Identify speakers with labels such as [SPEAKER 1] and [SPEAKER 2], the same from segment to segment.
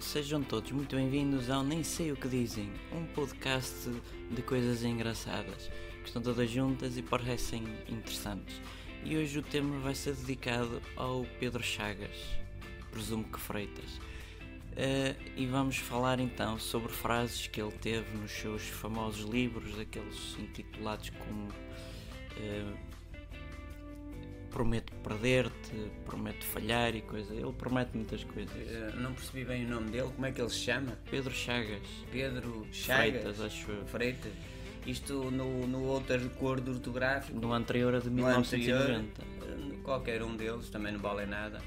[SPEAKER 1] Sejam todos muito bem-vindos ao Nem Sei O Que Dizem, um podcast de coisas engraçadas, que estão todas juntas e parecem interessantes. E hoje o tema vai ser dedicado ao Pedro Chagas, presumo que Freitas. Eh, e vamos falar então sobre frases que ele teve nos seus famosos livros, aqueles intitulados como eh, Prometo Perder-te, Prometo Falhar e coisa. Ele promete muitas coisas.
[SPEAKER 2] Eh, não percebi bem o nome dele, como é que ele se chama?
[SPEAKER 1] Pedro Chagas.
[SPEAKER 2] Pedro Chagas
[SPEAKER 1] Freitas, acho eu.
[SPEAKER 2] Freitas. Isto no, no outro acordo ortográfico,
[SPEAKER 1] No anterior a de
[SPEAKER 2] no
[SPEAKER 1] 1990.
[SPEAKER 2] anterior, eh, qualquer um deles, também não vale nada,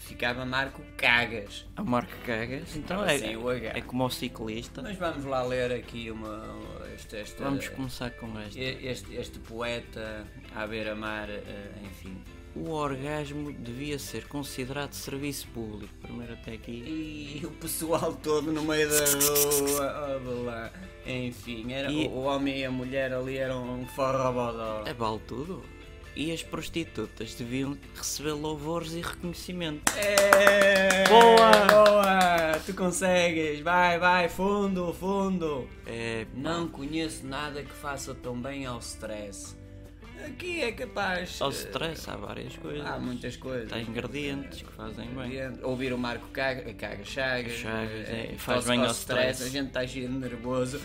[SPEAKER 2] ficava Marco Cagas.
[SPEAKER 1] A marca Cagas. Então
[SPEAKER 2] Estava
[SPEAKER 1] é,
[SPEAKER 2] sem o H.
[SPEAKER 1] é como o ciclista.
[SPEAKER 2] Mas eh, vamos lá ler aqui uma, esta, esta-
[SPEAKER 1] Vamos começar com esta.
[SPEAKER 2] e- este, este poeta à beira-mar, eh, enfim.
[SPEAKER 1] O orgasmo devia ser considerado serviço público. Primeiro até aqui.
[SPEAKER 2] E o pessoal todo no meio da rua, olha lá. enfim, era,
[SPEAKER 1] E-
[SPEAKER 2] o, o homem e a mulher ali eram um forrobodó.
[SPEAKER 1] Abale É tudo. E as prostitutas deviam receber louvores e reconhecimento.
[SPEAKER 2] É,
[SPEAKER 1] Boa!
[SPEAKER 2] Boa! Tu consegues! Vai, vai, fundo, fundo!
[SPEAKER 1] É,
[SPEAKER 2] Não conheço nada que faça tão bem ao stress. Aqui é capaz.
[SPEAKER 1] ao
[SPEAKER 2] eh,
[SPEAKER 1] stress Tá há várias coisas.
[SPEAKER 2] Há muitas coisas.
[SPEAKER 1] Há ingredientes que fazem bem.
[SPEAKER 2] Ouvir o Marco Caga, Caga Chagas,
[SPEAKER 1] Chagas,
[SPEAKER 2] eh,
[SPEAKER 1] é, faz
[SPEAKER 2] tosse
[SPEAKER 1] bem
[SPEAKER 2] com
[SPEAKER 1] ao stress.
[SPEAKER 2] A gente está cheio de nervoso.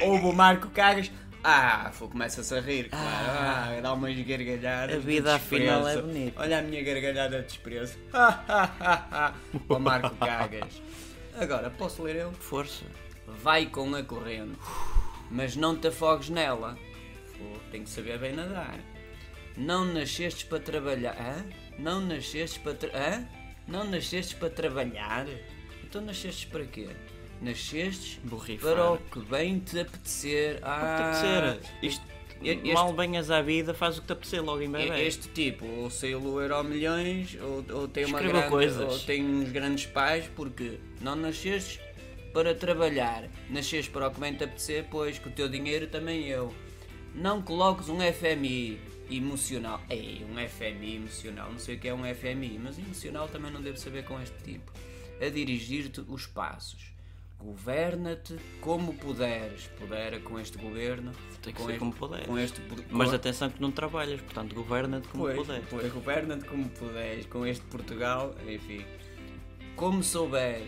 [SPEAKER 2] Ou- Ouve o Marco Cagas, ah, fogo, começa-se a rir, claro. Ah, dá umas gargalhadas.
[SPEAKER 1] A
[SPEAKER 2] de
[SPEAKER 1] vida, afinal,
[SPEAKER 2] desprezo.
[SPEAKER 1] é bonita.
[SPEAKER 2] Olha a minha gargalhada de desprezo. o Marco Cagas. Agora, posso ler eu?
[SPEAKER 1] Força.
[SPEAKER 2] Vai com a corrente, mas não te afogues nela. Pô, Tem que saber bem nadar. Não nascestes para trabalhar. Hã? Não nascestes para. Tra... Hã? Não nascestes para trabalhar? Então nascestes para quê? Nascestes
[SPEAKER 1] Borrifar.
[SPEAKER 2] para o que bem te apetecer. Ah,
[SPEAKER 1] Tem que ser. Isto,
[SPEAKER 2] este-
[SPEAKER 1] mal venhas à vida, faz o que te apetecer logo em bebê.
[SPEAKER 2] e- Este tipo, ou saiu o Euro Milhões, ou, ou tem uma
[SPEAKER 1] Escreva
[SPEAKER 2] grande,
[SPEAKER 1] coisas.
[SPEAKER 2] ou tem uns grandes pais, porque não nascestes para trabalhar, nasceste para o que bem te apetecer, pois que o teu dinheiro também é eu. Não coloques um FMI emocional. Ei, um FMI emocional, não sei o que é um FMI, mas emocional também não devo saber com este tipo. A dirigir-te os passos. Governa-te como puderes. Pudera com este governo.
[SPEAKER 1] Tem que
[SPEAKER 2] com
[SPEAKER 1] ser
[SPEAKER 2] este,
[SPEAKER 1] como puderes.
[SPEAKER 2] Com este, por-
[SPEAKER 1] Mas
[SPEAKER 2] com-
[SPEAKER 1] atenção que não trabalhas, portanto governa-te como
[SPEAKER 2] Pois,
[SPEAKER 1] puder.
[SPEAKER 2] pois, governa-te como puderes, com este Portugal, enfim. Como souberes,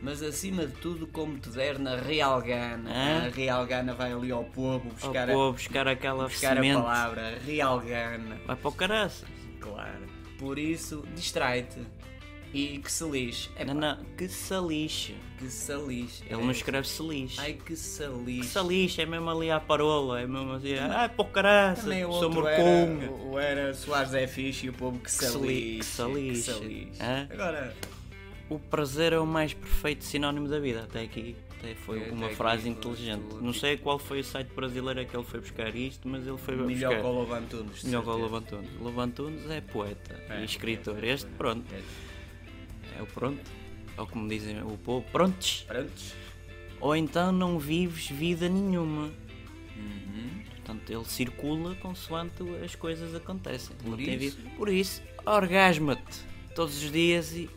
[SPEAKER 2] mas acima de tudo como te der na Real Gana.
[SPEAKER 1] Hã?
[SPEAKER 2] A Real Gana vai ali ao povo
[SPEAKER 1] Ou
[SPEAKER 2] buscar,
[SPEAKER 1] vou buscar aquela
[SPEAKER 2] a, buscar a
[SPEAKER 1] semente.
[SPEAKER 2] palavra Real Gana,
[SPEAKER 1] Vai para o caraças.
[SPEAKER 2] claro. Por isso, distrai-te e que se lixe. É
[SPEAKER 1] Não, não, que salixe.
[SPEAKER 2] que se lixe. É
[SPEAKER 1] Ele não escreve salixe.
[SPEAKER 2] Ai que se
[SPEAKER 1] Que
[SPEAKER 2] lixe.
[SPEAKER 1] salixe, é mesmo ali à parola. É mesmo assim, ai para o caraças,
[SPEAKER 2] Também o
[SPEAKER 1] sou
[SPEAKER 2] outro era,
[SPEAKER 1] morcunho.
[SPEAKER 2] o o era Soares é fixe e o povo que se
[SPEAKER 1] se li-
[SPEAKER 2] lixe.
[SPEAKER 1] que se lixe. Hã?
[SPEAKER 2] Agora...
[SPEAKER 1] O prazer é o mais perfeito sinónimo da vida. Até aqui até foi
[SPEAKER 2] Até
[SPEAKER 1] uma
[SPEAKER 2] aqui
[SPEAKER 1] frase
[SPEAKER 2] foi
[SPEAKER 1] inteligente.
[SPEAKER 2] tudo.
[SPEAKER 1] Não sei qual foi o site brasileiro a que ele foi buscar isto, mas ele foi
[SPEAKER 2] Melhor
[SPEAKER 1] buscar.
[SPEAKER 2] que o Lobantunes. de
[SPEAKER 1] Melhor que o
[SPEAKER 2] certeza.
[SPEAKER 1] Lobantunes. Lobantunes é poeta
[SPEAKER 2] É,
[SPEAKER 1] e escritor.
[SPEAKER 2] é, é,
[SPEAKER 1] este,
[SPEAKER 2] é.
[SPEAKER 1] pronto. É o pronto. Ou como dizem o povo, prontos.
[SPEAKER 2] Prontos?
[SPEAKER 1] Ou então não vives vida nenhuma.
[SPEAKER 2] Uhum.
[SPEAKER 1] Portanto, ele circula consoante as coisas acontecem. Por,
[SPEAKER 2] isso.
[SPEAKER 1] Por isso, orgasma-te todos os dias e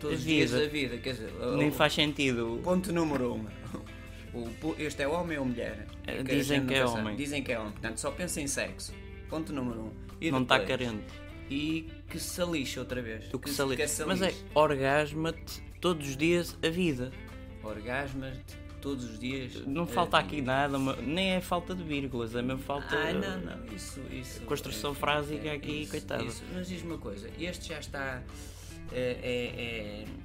[SPEAKER 2] Todos os
[SPEAKER 1] A vida.
[SPEAKER 2] dias da vida, quer dizer, o-
[SPEAKER 1] nem faz sentido.
[SPEAKER 2] ponto número um. O pu- este é homem ou mulher?
[SPEAKER 1] Eh,
[SPEAKER 2] Porque
[SPEAKER 1] dizem
[SPEAKER 2] a gente
[SPEAKER 1] que é
[SPEAKER 2] nunca sabe.
[SPEAKER 1] homem.
[SPEAKER 2] Dizem que é homem, portanto só pensa em sexo. Ponto número um. E
[SPEAKER 1] Não está
[SPEAKER 2] depois?
[SPEAKER 1] carente.
[SPEAKER 2] E que se lixe outra vez.
[SPEAKER 1] O que
[SPEAKER 2] se-
[SPEAKER 1] se ali-
[SPEAKER 2] que se
[SPEAKER 1] Mas é,
[SPEAKER 2] lixe.
[SPEAKER 1] orgasma-te todos os dias a vida.
[SPEAKER 2] Orgasmas-te todos os dias.
[SPEAKER 1] Não
[SPEAKER 2] eh,
[SPEAKER 1] falta aqui nada, ma- nem é falta de vírgulas, é mesmo falta.
[SPEAKER 2] Ah, não, não, isso, isso.
[SPEAKER 1] Construção
[SPEAKER 2] enfim,
[SPEAKER 1] frásica aqui, coitada.
[SPEAKER 2] Mas diz uma coisa, este já está. É,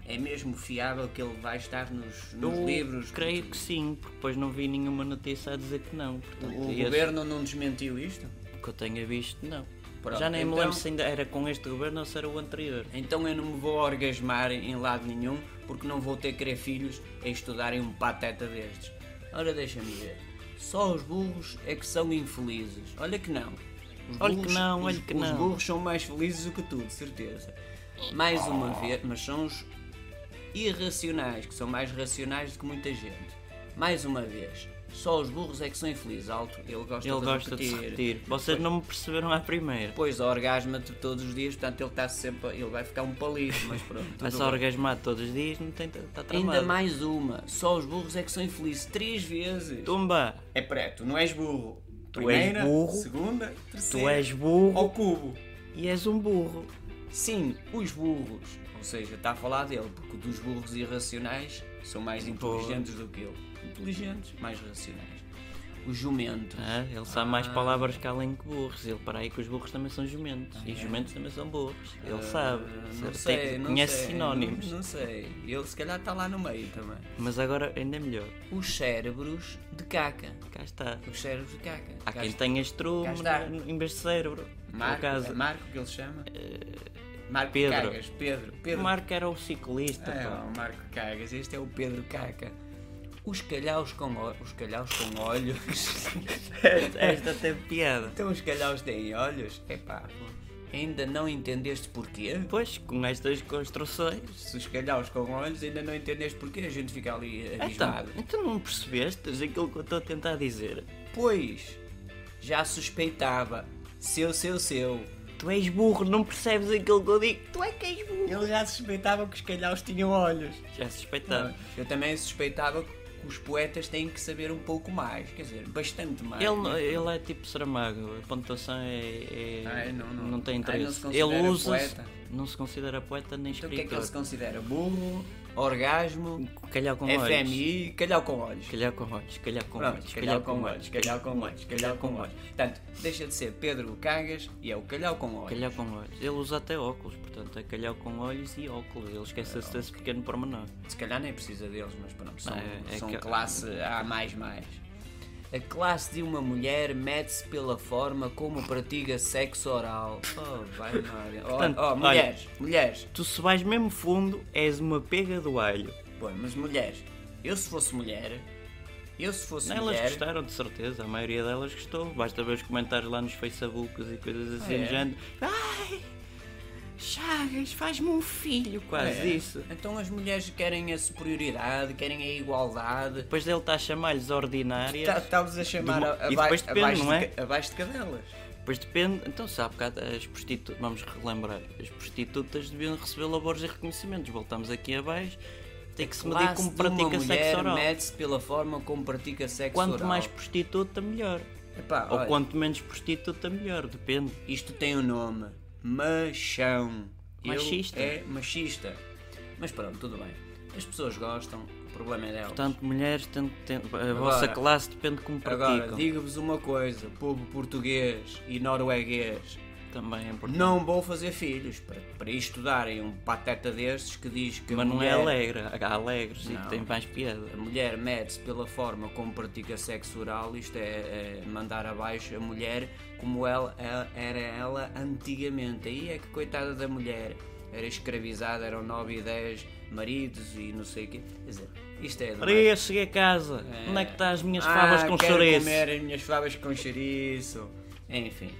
[SPEAKER 2] é, é, é mesmo fiável que ele vai estar nos, nos
[SPEAKER 1] Eu
[SPEAKER 2] livros?
[SPEAKER 1] creio que sim, porque depois não vi nenhuma notícia a dizer que não. Portanto,
[SPEAKER 2] O
[SPEAKER 1] esse
[SPEAKER 2] governo não desmentiu isto?
[SPEAKER 1] que eu tenha visto, não.
[SPEAKER 2] Pronto,
[SPEAKER 1] Já nem me
[SPEAKER 2] então-
[SPEAKER 1] lembro se ainda era com este governo ou se era o anterior.
[SPEAKER 2] Então eu não me vou orgasmar em lado nenhum porque não vou ter que querer filhos a estudarem um pateta destes. Ora, deixa-me ver. Só os burros é que são infelizes. Olha que não. Os
[SPEAKER 1] Olha que não,
[SPEAKER 2] os-
[SPEAKER 1] olha que
[SPEAKER 2] os
[SPEAKER 1] não.
[SPEAKER 2] burros são mais felizes do que tu, de certeza. Mais uma vez, mas são os irracionais, que são mais racionais do que muita gente. Mais uma vez, Só os burros é que são infelizes. Alto, ele gosta,
[SPEAKER 1] Ele
[SPEAKER 2] de,
[SPEAKER 1] gosta de
[SPEAKER 2] repetir.
[SPEAKER 1] se repetir. Vocês não me perceberam à primeira.
[SPEAKER 2] Depois orgasma-te todos os dias, portanto ele está sempre. Ele vai ficar um palito, mas pronto. tudo
[SPEAKER 1] Mas
[SPEAKER 2] bem.
[SPEAKER 1] só orgasmar todos os dias não tem. tá Está travado.
[SPEAKER 2] Ainda mais uma. Só os burros é que são infelizes. Três vezes.
[SPEAKER 1] Tumba!
[SPEAKER 2] É pré, tu não és burro.
[SPEAKER 1] Tu és burro.
[SPEAKER 2] segunda,
[SPEAKER 1] Tu
[SPEAKER 2] terceira.
[SPEAKER 1] és burro
[SPEAKER 2] ao cubo.
[SPEAKER 1] e és um burro.
[SPEAKER 2] Sim, os burros. Ou seja, está a falar dele, porque dos burros irracionais são mais inteligentes do que ele. Inteligentes, mais racionais. O jumento.
[SPEAKER 1] Ah, ele sabe mais palavras que além que burros. Ele para aí que os burros também são jumentos. E jumentos também são burros. Ele sabe.
[SPEAKER 2] Ah, Não
[SPEAKER 1] Tem-
[SPEAKER 2] sei, não
[SPEAKER 1] conhece
[SPEAKER 2] sei,
[SPEAKER 1] sinónimos.
[SPEAKER 2] Não, não sei. Ele se calhar está lá no meio também.
[SPEAKER 1] Mas agora ainda é melhor.
[SPEAKER 2] Os cérebros de caca.
[SPEAKER 1] Cá está.
[SPEAKER 2] Os cérebros de caca.
[SPEAKER 1] Há
[SPEAKER 2] Cá
[SPEAKER 1] quem
[SPEAKER 2] está.
[SPEAKER 1] tenha estrume
[SPEAKER 2] cá está.
[SPEAKER 1] em vez de cérebro.
[SPEAKER 2] Marco,
[SPEAKER 1] no caso,
[SPEAKER 2] é Marco que ele se chama?
[SPEAKER 1] eh,
[SPEAKER 2] Marco
[SPEAKER 1] Pedro.
[SPEAKER 2] Cagas. Pedro.
[SPEAKER 1] o
[SPEAKER 2] Pedro
[SPEAKER 1] Marco era o ciclista.
[SPEAKER 2] É,
[SPEAKER 1] pá.
[SPEAKER 2] o Marco Cagas, este é o Pedro Caca. Os calhaus com, ó- os calhaus com olhos.
[SPEAKER 1] Esta até piada.
[SPEAKER 2] então os calhaus têm olhos? Epá, pô, ainda não entendeste porquê?
[SPEAKER 1] Pois, com estas construções.
[SPEAKER 2] Se os calhaus com olhos ainda não entendeste porquê, a gente fica ali
[SPEAKER 1] Então,
[SPEAKER 2] abismado.
[SPEAKER 1] então não percebeste aquilo que eu estou a tentar dizer?
[SPEAKER 2] Pois, já suspeitava. Seu, seu, seu.
[SPEAKER 1] Tu és burro, não percebes aquilo que eu digo. Tu é que és burro.
[SPEAKER 2] Ele já suspeitava que os calhaus tinham olhos. é?
[SPEAKER 1] Já é suspeitava.
[SPEAKER 2] Eu também suspeitava que os poetas têm que saber um pouco mais, quer dizer, bastante mais.
[SPEAKER 1] Ele, não- ele é tipo Saramago, a pontuação é. é-
[SPEAKER 2] Ai, Ah, não, não.
[SPEAKER 1] tem
[SPEAKER 2] Ai, não se
[SPEAKER 1] interesse.
[SPEAKER 2] considera
[SPEAKER 1] ele usa.
[SPEAKER 2] poeta.
[SPEAKER 1] Não se considera poeta nem
[SPEAKER 2] Então o que é que
[SPEAKER 1] escritor.
[SPEAKER 2] ele se considera? Burro, orgasmo,
[SPEAKER 1] Calhau com olhos.
[SPEAKER 2] FMI, calhau com olhos.
[SPEAKER 1] Calhau com olhos, calhau com
[SPEAKER 2] Pronto,
[SPEAKER 1] olhos.
[SPEAKER 2] calhau com olhos, calhau com olhos, calhau com olhos. Portanto, deixa de ser Pedro Cagas e é o calhau com olhos.
[SPEAKER 1] Calhau com olhos. Ele usa até óculos, portanto, é calhau com olhos e óculos. Ele
[SPEAKER 2] É,
[SPEAKER 1] esquece-se desse pequeno pormenor.
[SPEAKER 2] Se calhar nem precisa deles, mas pronto, são,
[SPEAKER 1] É, é
[SPEAKER 2] são
[SPEAKER 1] que-
[SPEAKER 2] classe A++. A classe de uma mulher mede-se pela forma como pratica sexo oral. Oh, vai, Mário. Oh,
[SPEAKER 1] Portanto,
[SPEAKER 2] oh,
[SPEAKER 1] olha-
[SPEAKER 2] mulheres, mulheres.
[SPEAKER 1] Tu se vais mesmo fundo, és uma pega do alho.
[SPEAKER 2] Bom, mas mulheres, eu se fosse mulher, eu se fosse
[SPEAKER 1] Elas
[SPEAKER 2] mulher...
[SPEAKER 1] gostaram, de certeza, a maioria delas gostou. Basta ver os comentários lá nos Facebooks e coisas assim,
[SPEAKER 2] Ah, é?
[SPEAKER 1] do género. Ai, Chagas, faz-me um filho, quase
[SPEAKER 2] É.
[SPEAKER 1] isso.
[SPEAKER 2] Então as mulheres querem a superioridade, querem a igualdade. Tá,
[SPEAKER 1] Depois dele está a chamar-lhes ordinárias.
[SPEAKER 2] Estavas a chamar
[SPEAKER 1] Do-
[SPEAKER 2] a,
[SPEAKER 1] e
[SPEAKER 2] aba-
[SPEAKER 1] depois depende,
[SPEAKER 2] abaixo,
[SPEAKER 1] não é?
[SPEAKER 2] de, ca- abaixo de cadelas.
[SPEAKER 1] Depois depende. Então, se há bocado as prostitutas. Vamos relembrar. As prostitutas deviam receber labores e reconhecimentos. Voltamos aqui abaixo. Tem que se medir
[SPEAKER 2] Classe
[SPEAKER 1] como
[SPEAKER 2] de uma
[SPEAKER 1] pratica
[SPEAKER 2] mulher
[SPEAKER 1] sexo oral.
[SPEAKER 2] mede-se pela forma como pratica sexo
[SPEAKER 1] Quanto
[SPEAKER 2] oral.
[SPEAKER 1] mais prostituta, melhor.
[SPEAKER 2] Epá,
[SPEAKER 1] Ou
[SPEAKER 2] olha,
[SPEAKER 1] quanto menos prostituta, melhor. Depende.
[SPEAKER 2] Isto tem um nome. Machão. Ele
[SPEAKER 1] Machista.
[SPEAKER 2] é machista. Mas pronto, tudo bem. As pessoas gostam, o problema é delas.
[SPEAKER 1] Portanto, mulheres, tanto tempo- a vossa classe depende como praticam.
[SPEAKER 2] Agora, digo-vos uma coisa, povo português e norueguês,
[SPEAKER 1] Também é importante.
[SPEAKER 2] Não vou fazer filhos para, para ir estudarem um pateta destes que diz que a
[SPEAKER 1] Mas não é
[SPEAKER 2] mulher,
[SPEAKER 1] alegre. Há alegres e
[SPEAKER 2] Não.
[SPEAKER 1] tem mais piada.
[SPEAKER 2] a mulher mede-se pela forma como pratica sexo oral, isto é, é mandar abaixo a mulher como ela, ela- era ela antigamente. Aí é que coitada da mulher era escravizada, eram 9 e 10 maridos e não sei o quê. Quer dizer, isto é demais.
[SPEAKER 1] Maria, cheguei a casa. Onde é que está as minhas
[SPEAKER 2] Ah,
[SPEAKER 1] favas com
[SPEAKER 2] quero
[SPEAKER 1] chouriço?
[SPEAKER 2] comer as minhas favas com chouriço. Enfim.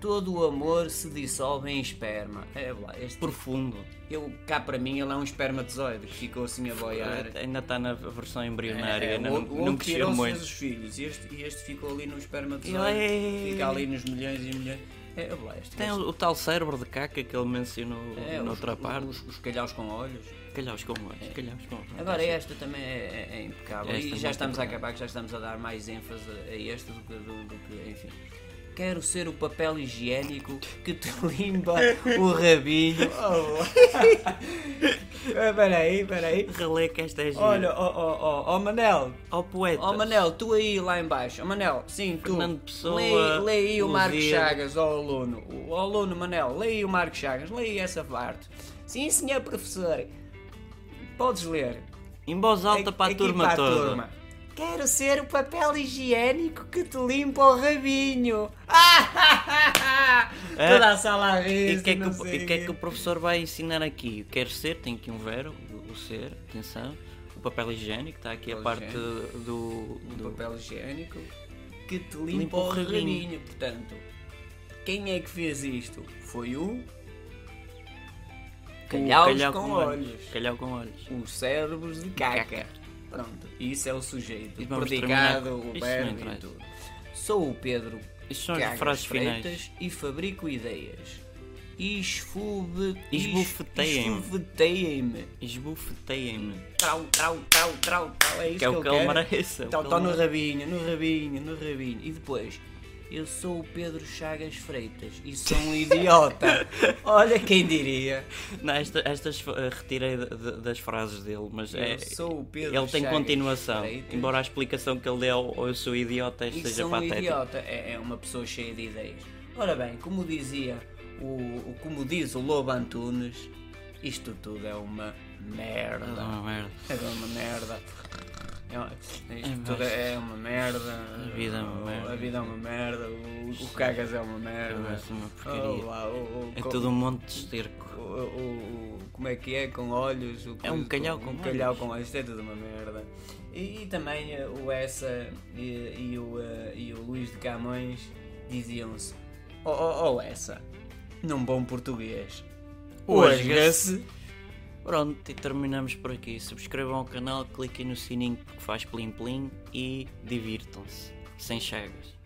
[SPEAKER 2] Todo o amor se dissolve em esperma. É lá, este
[SPEAKER 1] Profundo.
[SPEAKER 2] Eu, cá para mim, ele é um espermatozoide que ficou assim a boiar.
[SPEAKER 1] Ainda está na versão embrionária.
[SPEAKER 2] É, é,
[SPEAKER 1] ainda não,
[SPEAKER 2] o- o
[SPEAKER 1] não
[SPEAKER 2] outro
[SPEAKER 1] cresceu
[SPEAKER 2] tirou-se
[SPEAKER 1] muito.
[SPEAKER 2] os filhos e este, e este ficou ali no espermatozoide.
[SPEAKER 1] Ele é-
[SPEAKER 2] Fica ali nos milhões e milhões. É, é lá, este.
[SPEAKER 1] Tem um- o, o tal cérebro de caca que ele mencionou
[SPEAKER 2] é,
[SPEAKER 1] noutra
[SPEAKER 2] os,
[SPEAKER 1] parte.
[SPEAKER 2] Os, os calhaus com olhos.
[SPEAKER 1] Calhaus com olhos, calhaus com olhos.
[SPEAKER 2] Agora, esta também é, é- é impecável.
[SPEAKER 1] Esta é
[SPEAKER 2] e
[SPEAKER 1] muito
[SPEAKER 2] já estamos a
[SPEAKER 1] impecável.
[SPEAKER 2] acabar, que já estamos a dar mais ênfase a a este do que, do- do que- Enfim. Quero ser o papel higiênico que te limpa o rabinho. Espera aí, espera aí.
[SPEAKER 1] Relê que esta é gira.
[SPEAKER 2] Ah, Olha, ó, ó, ó, ó, Manel.
[SPEAKER 1] Ó poeta.
[SPEAKER 2] Ó, Oh, Manel, tu aí lá embaixo. Ó, Manel, sim, tu.
[SPEAKER 1] Fernando Pessoa,
[SPEAKER 2] Lê, lê aí o Marco
[SPEAKER 1] Luzia.
[SPEAKER 2] Chagas, ó aluno. Ó aluno, Manel, lê aí o Marco Chagas, lê aí essa parte. Sim, senhor professor. Podes ler.
[SPEAKER 1] Em voz alta
[SPEAKER 2] Aqui-
[SPEAKER 1] para a
[SPEAKER 2] aqui
[SPEAKER 1] turma toda.
[SPEAKER 2] Quero ser o papel higiênico que te limpa o rabinho.
[SPEAKER 1] É?
[SPEAKER 2] Toda a sala a
[SPEAKER 1] E
[SPEAKER 2] rir.
[SPEAKER 1] o que, é que
[SPEAKER 2] não
[SPEAKER 1] o,
[SPEAKER 2] sei
[SPEAKER 1] e que é que o professor vai ensinar aqui? Quer ser, tem aqui um verbo, o- o ser, atenção. O papel higiênico, está aqui a
[SPEAKER 2] Papel
[SPEAKER 1] parte do,
[SPEAKER 2] do
[SPEAKER 1] do.
[SPEAKER 2] um papel higiênico que te limpa,
[SPEAKER 1] Limpa
[SPEAKER 2] o
[SPEAKER 1] o rabinho.
[SPEAKER 2] rabinho. Portanto, quem é que fez isto? Foi o.
[SPEAKER 1] o
[SPEAKER 2] Calhaus com olhos.
[SPEAKER 1] Calhau com olhos.
[SPEAKER 2] Os cérebros de caca. Pronto, isso é o sujeito,
[SPEAKER 1] E
[SPEAKER 2] o
[SPEAKER 1] vamos
[SPEAKER 2] predicado,
[SPEAKER 1] terminar.
[SPEAKER 2] o
[SPEAKER 1] Isso não
[SPEAKER 2] verbo e
[SPEAKER 1] interessa.
[SPEAKER 2] tudo. Sou o Pedro
[SPEAKER 1] Isto são as
[SPEAKER 2] Cagas
[SPEAKER 1] frases finais.
[SPEAKER 2] Freitas e fabrico ideias. Esfube...
[SPEAKER 1] Esbufeteiem-me.
[SPEAKER 2] Esbufeteiem-me.
[SPEAKER 1] Esbufeteiem-me.
[SPEAKER 2] Trau, trau, trau, trau, trau. É isso
[SPEAKER 1] Que é o que
[SPEAKER 2] eu
[SPEAKER 1] ele
[SPEAKER 2] quero.
[SPEAKER 1] merece. é o
[SPEAKER 2] Então,
[SPEAKER 1] que
[SPEAKER 2] então
[SPEAKER 1] ele
[SPEAKER 2] no
[SPEAKER 1] merece.
[SPEAKER 2] rabinho, no rabinho, no rabinho. E depois, eu sou o Pedro Chagas Freitas e sou um idiota. Olha quem diria.
[SPEAKER 1] Não, esta- estas eh, retirei de- de- das frases dele, mas é,
[SPEAKER 2] Eu sou o Pedro
[SPEAKER 1] ele tem
[SPEAKER 2] Chagas
[SPEAKER 1] continuação.
[SPEAKER 2] Freitas.
[SPEAKER 1] Embora a explicação que ele deu ao ao Eu Sou Idiota
[SPEAKER 2] E
[SPEAKER 1] seja
[SPEAKER 2] sou um
[SPEAKER 1] patética.
[SPEAKER 2] idiota. É, é uma pessoa cheia de ideias. Ora bem, como dizia o, o- como diz o Lobo Antunes, isto tudo é uma
[SPEAKER 1] Ah,
[SPEAKER 2] merda.
[SPEAKER 1] não, merda.
[SPEAKER 2] É uma merda. É uma- Isto
[SPEAKER 1] É, mas-
[SPEAKER 2] tudo é uma merda.
[SPEAKER 1] A vida é uma merda.
[SPEAKER 2] A vida é uma merda. O, o cagas é uma merda.
[SPEAKER 1] É uma porcaria.
[SPEAKER 2] Oh, lá, o- o-
[SPEAKER 1] É
[SPEAKER 2] co-
[SPEAKER 1] tudo um monte de esterco.
[SPEAKER 2] o- o- o- como é que é? Com olhos. o
[SPEAKER 1] É um
[SPEAKER 2] coisa-
[SPEAKER 1] calhau com
[SPEAKER 2] um calhau com olhos. Isto é tudo uma merda. E, e também eh, o Essa e, e o, eh, e o Luís de Camões diziam-se: Oh, oh, oh Essa, num bom português. Osga-se.
[SPEAKER 1] Pronto, e terminamos por aqui. Subscrevam o canal, cliquem no sininho porque faz plim plim e divirtam-se. Sem chagas.